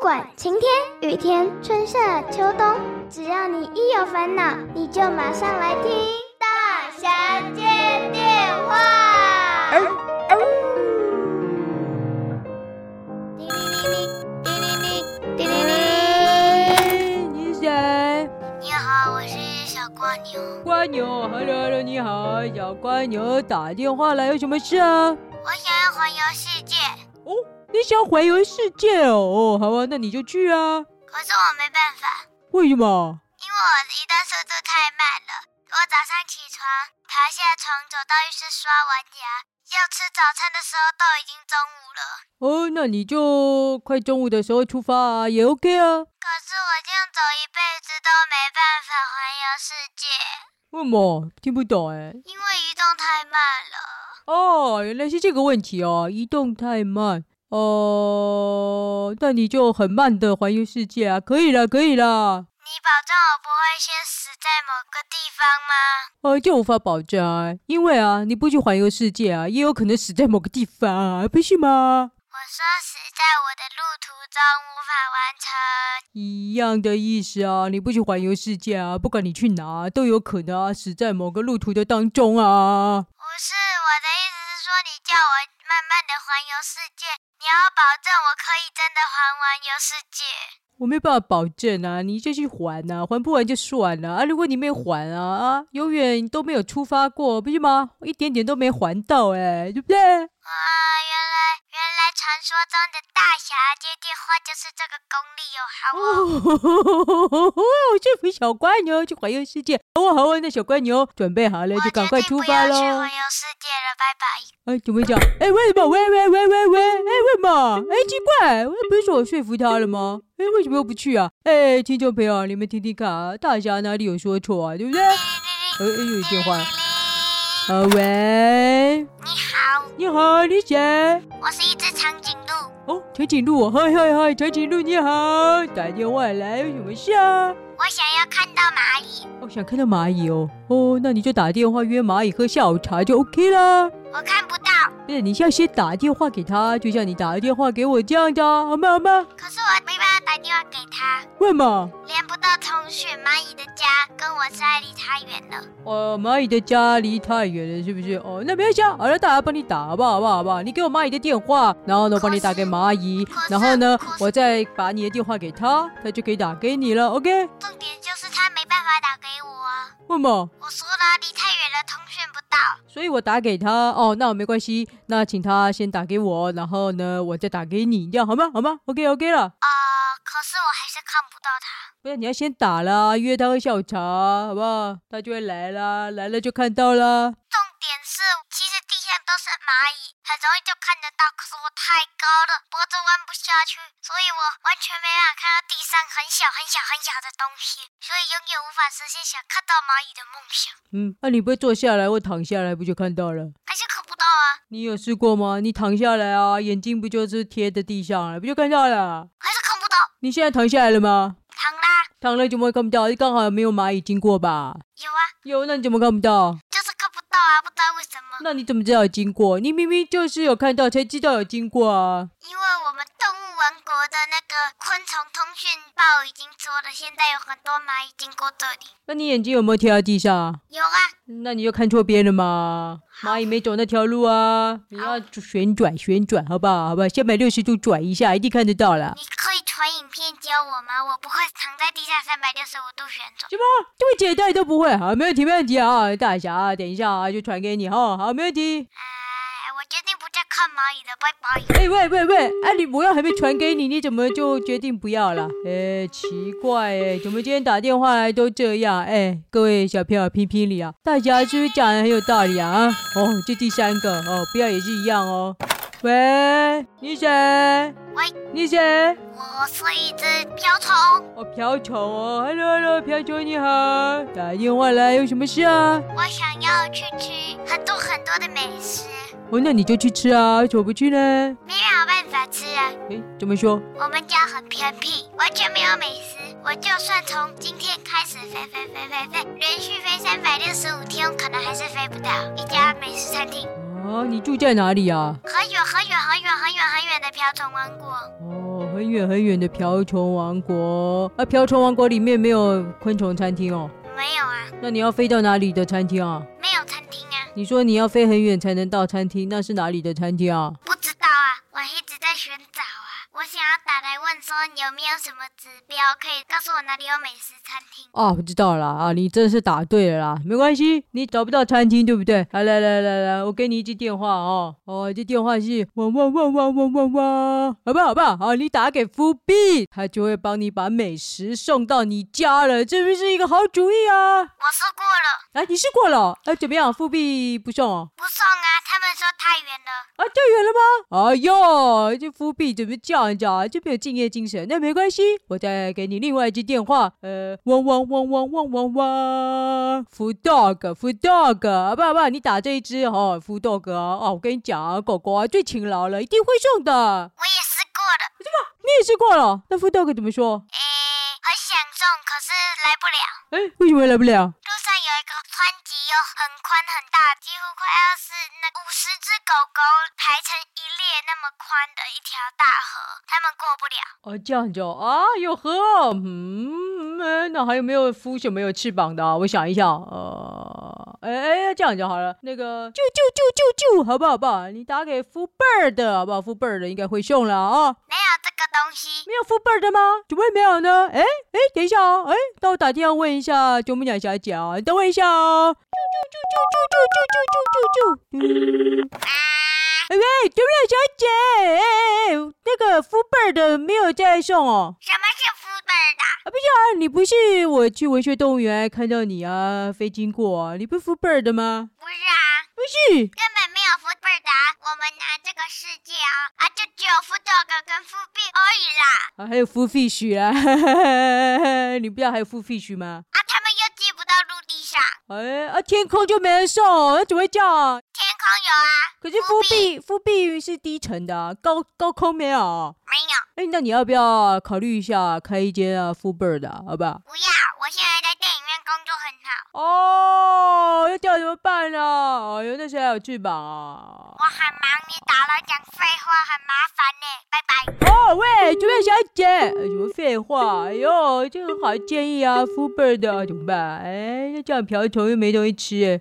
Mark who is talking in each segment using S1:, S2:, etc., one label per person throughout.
S1: 管晴天、雨天、春夏秋冬，只要你一有烦恼，你就马上来听大侠接电话。叮铃铃铃，叮铃铃，叮铃铃。
S2: 哎，你是谁？
S1: 你好，我是小瓜牛，
S2: 瓜牛，Hello Hello，你好，小瓜牛打电话来，有什么事啊？
S1: 我想要环游世界，
S2: 哦，你想环游世界哦？哦好啊，那你就去啊。
S1: 可是我没办法，
S2: 为什么？
S1: 因为我的移动速度太慢了。我早上起床，爬下床，走到浴室刷完牙，要吃早餐的时候都已经中午了。
S2: 哦，那你就快中午的时候出发啊，也 OK 啊。
S1: 可是我这样走一辈子都没办法环游世界，
S2: 为什么？听不懂哎。
S1: 因为移动太慢了。
S2: 哦，原来是这个问题哦，移动太慢。哦，那你就很慢的环游世界啊，可以了，可以了。
S1: 你保证我不会先死在某个地方吗？
S2: 呃，这无法保证啊，因为啊，你不去环游世界啊，也有可能死在某个地方啊，不是吗？
S1: 我说死在我的路途中无法完成。
S2: 一样的意思啊，你不去环游世界啊，不管你去哪，都有可能啊死在某个路途的当中啊。
S1: 不是，我的意思是说，你叫我慢慢的环游世界，你要保证我可以真的环完游世界。
S2: 我没办法保证啊，你就去还呐、还不完就算了啊。如果你没还啊啊，永远都没有出发过，不是吗？一点点都没还到哎、对不对？
S1: 哇，啊原来原来传说中的大侠接电话就是这个功力哦，好哦。
S2: 哦， 我说服小瓜牛去环游世界。好啊好啊，那小瓜牛准备好了
S1: 我
S2: 就
S1: 决
S2: 赶快
S1: 定
S2: 出
S1: 不
S2: 发
S1: 要去
S2: 喽
S1: 环。游世界了，拜 拜。
S2: 哎，怎么讲？哎，为什么？喂喂喂喂喂，哎，为什么？哎，奇怪，我不是说我说服他了吗？哎，为什么又不去啊？哎，听众朋友，你们听听看啊，大侠哪里有说错啊？对不对？哎哎，又有电话。啊喂，
S1: 你好，
S2: 你好，你谁？
S1: 我是一只长颈鹿，
S2: 哦，长颈鹿，嗨嗨嗨，长颈鹿你好，打电话来有什么事啊？
S1: 我想要看到蚂蚁，
S2: 哦，想看到蚂蚁哦，哦，那你就打电话约蚂蚁喝下午茶就 OK 啦。
S1: 我看不到，
S2: 不是，你要先打电话给他，就像你打电话给我这样的啊，好吗？好吗？
S1: 可是我没办法打电话给他，
S2: 问嘛，
S1: 连不到通讯，蚂蚁的家跟我实在离太远了。
S2: 哦，蚂蚁的家离太远了，是不是？哦，那没关系啊，好了，大家帮你打，好不好？好不好？好不好？你给我蚂蚁的电话，然后呢，我帮你打给蚂蚁
S1: 可是，
S2: 然后呢
S1: 可，是
S2: 我再把你的电话给他，他就可以打给你了，OK？
S1: 重点就是他没办法打给我啊，
S2: 问嘛。
S1: 我说了离太远了，通讯不到。
S2: 所以我打给他哦，那没关系，那请他先打给我，然后呢，我再打给你，这样好吗？好吗？OK OK 了，
S1: 呃，可是我还是看不到他。
S2: 不然你要先打啦，约他喝下午茶，好不好？他就会来啦，来了就看到啦。
S1: 重点是，其实地上都是蚂蚁，很容易就看得到。可是我太高了，脖子弯不下去，所以我完全没办法看到地上很小很小很小的东西，所以永远无法实现想看到蚂蚁的梦想。
S2: 嗯，那、你不会坐下来或躺下来，不就看到了？
S1: 还是看不到啊，
S2: 你有试过吗？你躺下来啊，眼睛不就是贴在地上了，不就看到了？
S1: 还是看不到。
S2: 你现在躺下来了吗？
S1: 糖啦，
S2: 躺了怎么会看不到？刚好没有蚂蚁经过吧？
S1: 有啊，
S2: 有，那你怎么看不到？
S1: 就是看不到啊，不知道为什么。
S2: 那你怎么知道有经过？你明明就是有看到才知道有经过啊。
S1: 因为我们动物王国的那个昆虫通讯报已经说了，现在有很多蚂蚁经过这里。
S2: 那你眼睛有没有贴到地上啊？
S1: 有啊，
S2: 那你就看错边了嘛！蚂蚁没走那条路啊！你要旋转旋转，好不好？好不好？三百六十度转一下，一定看得到啦。
S1: 你可以传影片教我吗？我不会躺在地上三百六十五度旋转。
S2: 什么？这么简单你都不会？好，没问题，没问题啊！大侠啊，等一下啊，就传给你哈。好，没问题。
S1: 哎，我决定不再看蚂蚁了，拜拜。
S2: 哎、喂喂喂！哎、你我要还没传给你，你怎么就决定不要了？哎、奇怪哎、怎么今天打电话来都这样？哎、各位小朋友评评理啊！大侠是不是讲的很有道理啊？啊，哦，这第三个哦，不要也是一样哦。喂，你谁？
S1: 喂，
S2: 你谁？
S1: 我是一只瓢虫，
S2: 哦，瓢虫哦，Hello Hello，瓢虫你好，打电话来有什么事啊？
S1: 我想要去吃很多很多的美食，
S2: 哦，那你就去吃啊，为什么不去呢？
S1: 没有办法吃啊。
S2: 哎，怎么说？
S1: 我们家很偏僻，完全没有美食。我就算从今天开始飞飞飞飞飞，连续飞三百六十五天，我可能还是飞不到一家美食餐厅。
S2: 哦，你住在哪里啊？
S1: 很远很远很远很远很远的瓢虫王国，
S2: 哦，很很远很远的瓢虫王国啊，瓢虫王国里面没有昆虫餐厅哦。
S1: 没有啊，
S2: 那你要飞到哪里的餐厅啊？
S1: 没有餐厅啊，
S2: 你说你要飞很远才能到餐厅，那是哪里的餐厅啊？
S1: 不知道啊，我一直在寻找啊。我想要打来问说你有没有什么指标可以告诉我哪里有美食餐厅？
S2: 啊，不知道啦啊，你真是答对了啦，没关系，你找不到餐厅对不对？啊来来来来来，我给你一支电话哦，哦，这电话是哇哇哇哇哇哇哇，好不好？好不好？好，啊你打给夫币，他就会帮你把美食送到你家了，这不是一个好主意啊！
S1: 我说过了，
S2: 啊，你试过了哦，啊，怎么样？夫币不送哦。
S1: 不送啊，他们说太远了。
S2: 啊，太远了吗？哎呦，这夫币怎么这样子啊？这没有敬业精神。那没关系，我再给你另外一支电话。呃，汪汪汪汪汪汪汪，福 dog 福 dog，好不好？好不好？你打这一支哦，福 dog 啊，哦，我跟你讲啊，狗狗啊最勤劳了，一定会送的。
S1: 我也试过了，
S2: 你也试过了，那福 dog 怎么说？
S1: 诶，很想送，可是来不了。
S2: 哎，为什么来不了？
S1: 路上有一个湍急又很宽很大，几乎快要是那五十只狗狗排成一列那么宽的一条大河，它们过不了。
S2: 哦，这样子哦，啊，有河哦，嗯，呃那还有没有肤有没有翅膀的、啊？我想一下，呃，哎哎，这样就好了。那个，救救救救救，好不好？好不好？你打给 f o o b i r 的，好不好 f o o b i r 的应该会送了啊。
S1: 没有这个东西，
S2: 没有 f o o b i r 的吗？怎么会没有呢？哎哎，等一下哦，哎，那我打电话问一下啄木鸟小姐啊，你等我一下哦。啾啾啾啾啾啾啾啾啾啾。
S1: 啊
S2: 哎喂，啄木鸟小姐，哎哎哎，那个 f o o b i r 的没有在送哦。
S1: 什么是副本的？
S2: 啊，不是啊，你不是我去文学动物园看到你啊，飞经过啊，你不是 f o o b i r 的吗？
S1: 不是啊，
S2: 不是，
S1: 根本没有副本的啊。我们拿这个世界啊啊，就只有副 dog 跟副 b 而已啦。
S2: 啊，还 有 f o o fish 啊，你不知道还有 f o o fish 吗？
S1: 啊，他们又寄不到陆地上，
S2: 哎，啊，天空就没人送哦，那怎么会这样啊？
S1: 天空有啊，
S2: 可是 f o o b i f o o b 是低层的、啊，高高空没有啊。
S1: 没有。
S2: 哎，那你要不要考虑一下开一间啊 f o o b i r 的、啊，好不好？
S1: 不要，我现在在电影院工作很好，
S2: 哦，要叫怎么办呢、啊？哎呦，那谁还有翅膀啊？
S1: 我很忙，你打来讲废话很麻烦呢，拜拜。
S2: 哦喂，主任小姐，哎什么废话？哎呦，这个好建议啊 f o o b i r 的怎么办？哎，那这样瓢虫又没东西吃，哎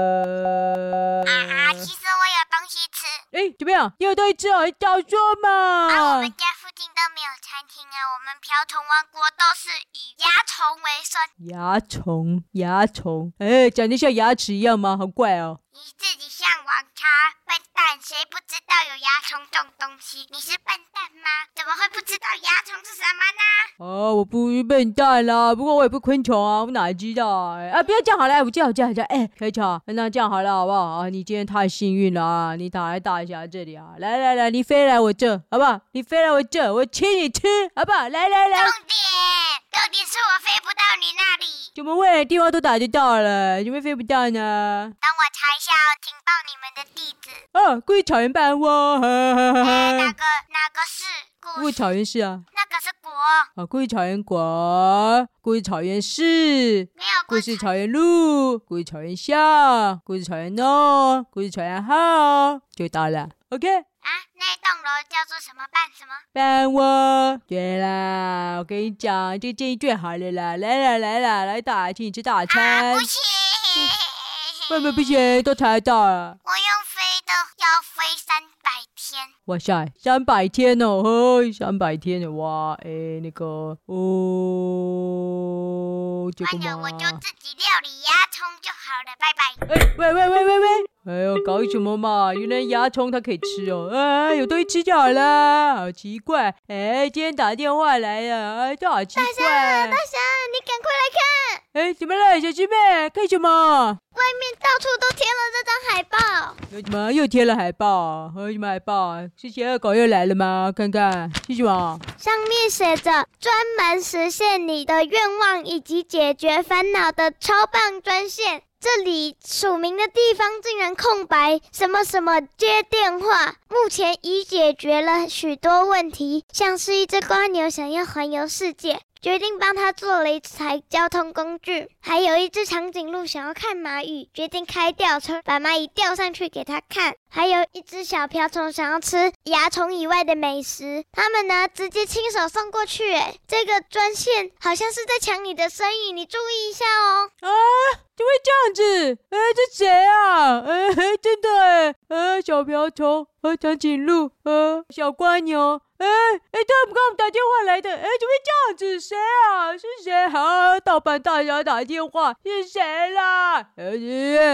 S2: 呃，
S1: 啊，其实我有东西吃。
S2: 哎，怎么样？你有东西吃哦，你早说
S1: 啊，我
S2: 嘛。
S1: 们家附近都没有餐厅啊，我们瓢虫王国都是以蚜虫为生。
S2: 蚜虫，蚜虫，哎，长得像牙齿一样吗？好怪哦。
S1: 你自己上网查，笨蛋，谁不知道有蚜虫这种东西？你是笨蛋吗？怎么会不知道蚜虫是什么呢？
S2: 哦，我不是笨蛋啦，不过我也不是昆虫啊，我哪知道啊？哎啊，不要这样好了，我这样我这样我这样，哎，小巧，那这样好了，好不好？啊，你今天太幸运了啊，你打来大侠这里啊，来来来，你飞来我这，好不好？你飞来我这，我请你吃，好不好？来来来，
S1: 重点，重点是我飞不到你那里。
S2: 怎么问？电话都打得到了，怎么飞不到呢？
S1: 等我查一下哦，请报你们的地址。
S2: 哦，故意草原半窝，哈哈哈
S1: 哎，哪
S2: 哈，
S1: 个哪个是
S2: 嗯故
S1: 故
S2: 意
S1: 事？
S2: 草原市啊，
S1: 那个是国，
S2: 啊，故意草原国，故意草原市。
S1: 没有
S2: 故
S1: 故
S2: 事草原路，故事草原下，故事草原弄，故事草原号，就到了。OK，
S1: 啊，那栋楼叫做什么办什么？
S2: 帮我对啦，我跟你讲，这个建议最好了啦。来啦来啦，来打，请你吃大餐
S1: 啊，不。 行。
S2: 外面不行，都查得到了。
S1: 我用飞的要飞三百天，
S2: 哇塞，三百天哦，嘿，三百天的哇，诶，那个哦，结果
S1: 完了哎我，
S2: 嘛
S1: 就自己料理蚜虫就好了，拜拜。
S2: 哎，喂喂喂喂喂！哎呦，搞什么嘛？原来蚜虫它可以吃哦，哎，有东西吃就好啦，好奇怪！哎，今天打电话来呀，哎，这好奇怪！
S1: 神，你赶快来看，
S2: 哎，怎么了，小师妹？看什么？
S1: 外面到处都贴了这张海报。
S2: 有什么？又贴了海报？还有什么海报？啊是邪恶狗又来了吗？看看是什么？
S3: 上面写着“专门实现你的愿望以及解决烦恼的超棒专线”。这里署名的地方竟然空白，什么什么接电话，目前已解决了许多问题，像是一只瓜牛想要环游世界，
S1: 决定帮他做了一台交通工具。还有一只长颈鹿想要看蚂蚁，决定开吊车把蚂蚁吊上去给他看。还有一只小瓢虫想要吃蚜虫以外的美食，他们呢直接亲手送过去。哎，这个专线好像是在抢你的生意，你注意一下哦。
S2: 啊，怎么会这样子？哎，这谁啊？哎，嘿真的哎，呃，小瓢虫，呃，长颈鹿，呃，小瓜牛，哎哎，他们给我们打电话来的，哎，怎么会这样子？谁啊？是谁啊？盗版大侠打电话是谁啦？呃，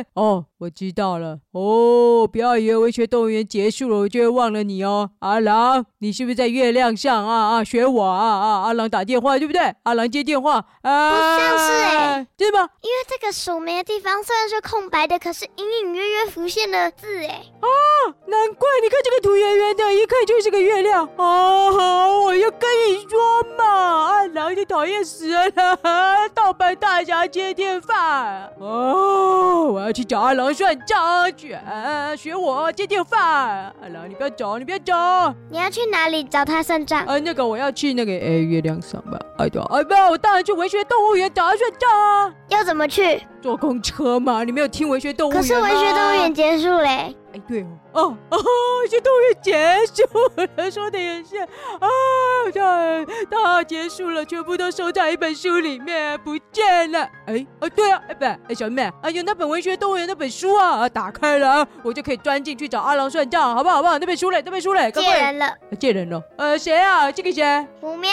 S2: 呃哦，我知道了。哦，不要以为文学动物园结束了，我就会忘了你哦。阿郎，你是不是在月亮上啊啊？学我啊啊！阿郎打电话对不对？阿郎接电话啊，
S1: 不像是哎，
S2: 对吗？
S1: 因为这个署名的地方虽然是空白的，可是隐隐约约浮现了字。哎，
S2: 难怪你看这个图圆圆的，一看就是个月亮。哦，好，我要跟你说嘛，阿郎你讨厌死了，盗版大侠接电话。哦，我要去找阿郎算账去，啊学我接电话。啊阿郎，你不要走，你不要走。啊，
S1: 你要去哪里找他算账？
S2: 那个我要去那个哎月亮上吧。哎对啊，哎不，我当然去文学动物园找他算账啊。
S1: 要怎么去？哦
S2: 坐公车嘛，你没有听文学动物园
S1: 可
S2: 吗？
S1: 是文学动物园结束嘞，
S2: 哎，对哦，哦哦，这动物园结束了，说的也是啊，它它结束了，全部都收在一本书里面不见了。哎，哦对啊，哎不，哎小妹，哎有那本文学动物园那本书啊，啊打开了啊，我就可以钻进去找阿郎算账，好不好？好不好？那本书嘞，那本书嘞，
S1: 借
S2: 赶快
S1: 人了。
S2: 啊借人了。呃，谁啊？这个谁？你
S1: 虎喵，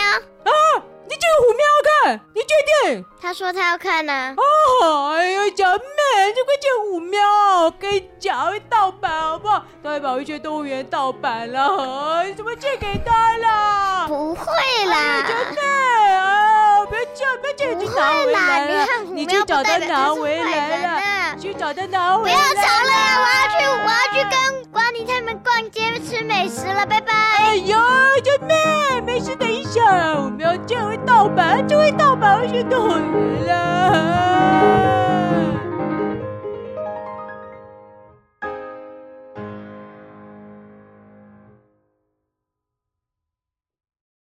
S2: 这个虎喵看，你确定？
S1: 他说他要看呐、
S2: 哎呀，小妹，这个叫五喵，我跟你讲，会盗版好不好？他会把文学动物园盗版了，哎怎么借给他了？
S1: 不会
S2: 哎小
S1: 啦，
S2: 妹啊，不要这样，不要这样，
S1: 不
S2: 你
S1: 会
S2: 拿回
S1: 啦，
S2: 来
S1: 你
S2: 了
S1: 看，虎
S2: 你
S1: 喵
S2: 去
S1: 不
S2: 找他
S1: 代表
S2: 拿
S1: 他是
S2: 回
S1: 坏人啊
S2: 来了，
S1: 呐、
S2: 去找他拿
S1: 不
S2: 回
S1: 要
S2: 来了。
S1: 吵了，我要去，我要去跟瓜尼他们逛街吃美食了，拜拜。
S2: 哎呦，小妹，没事，等一下，我们要这样会盗版，就会盗版文学动物园。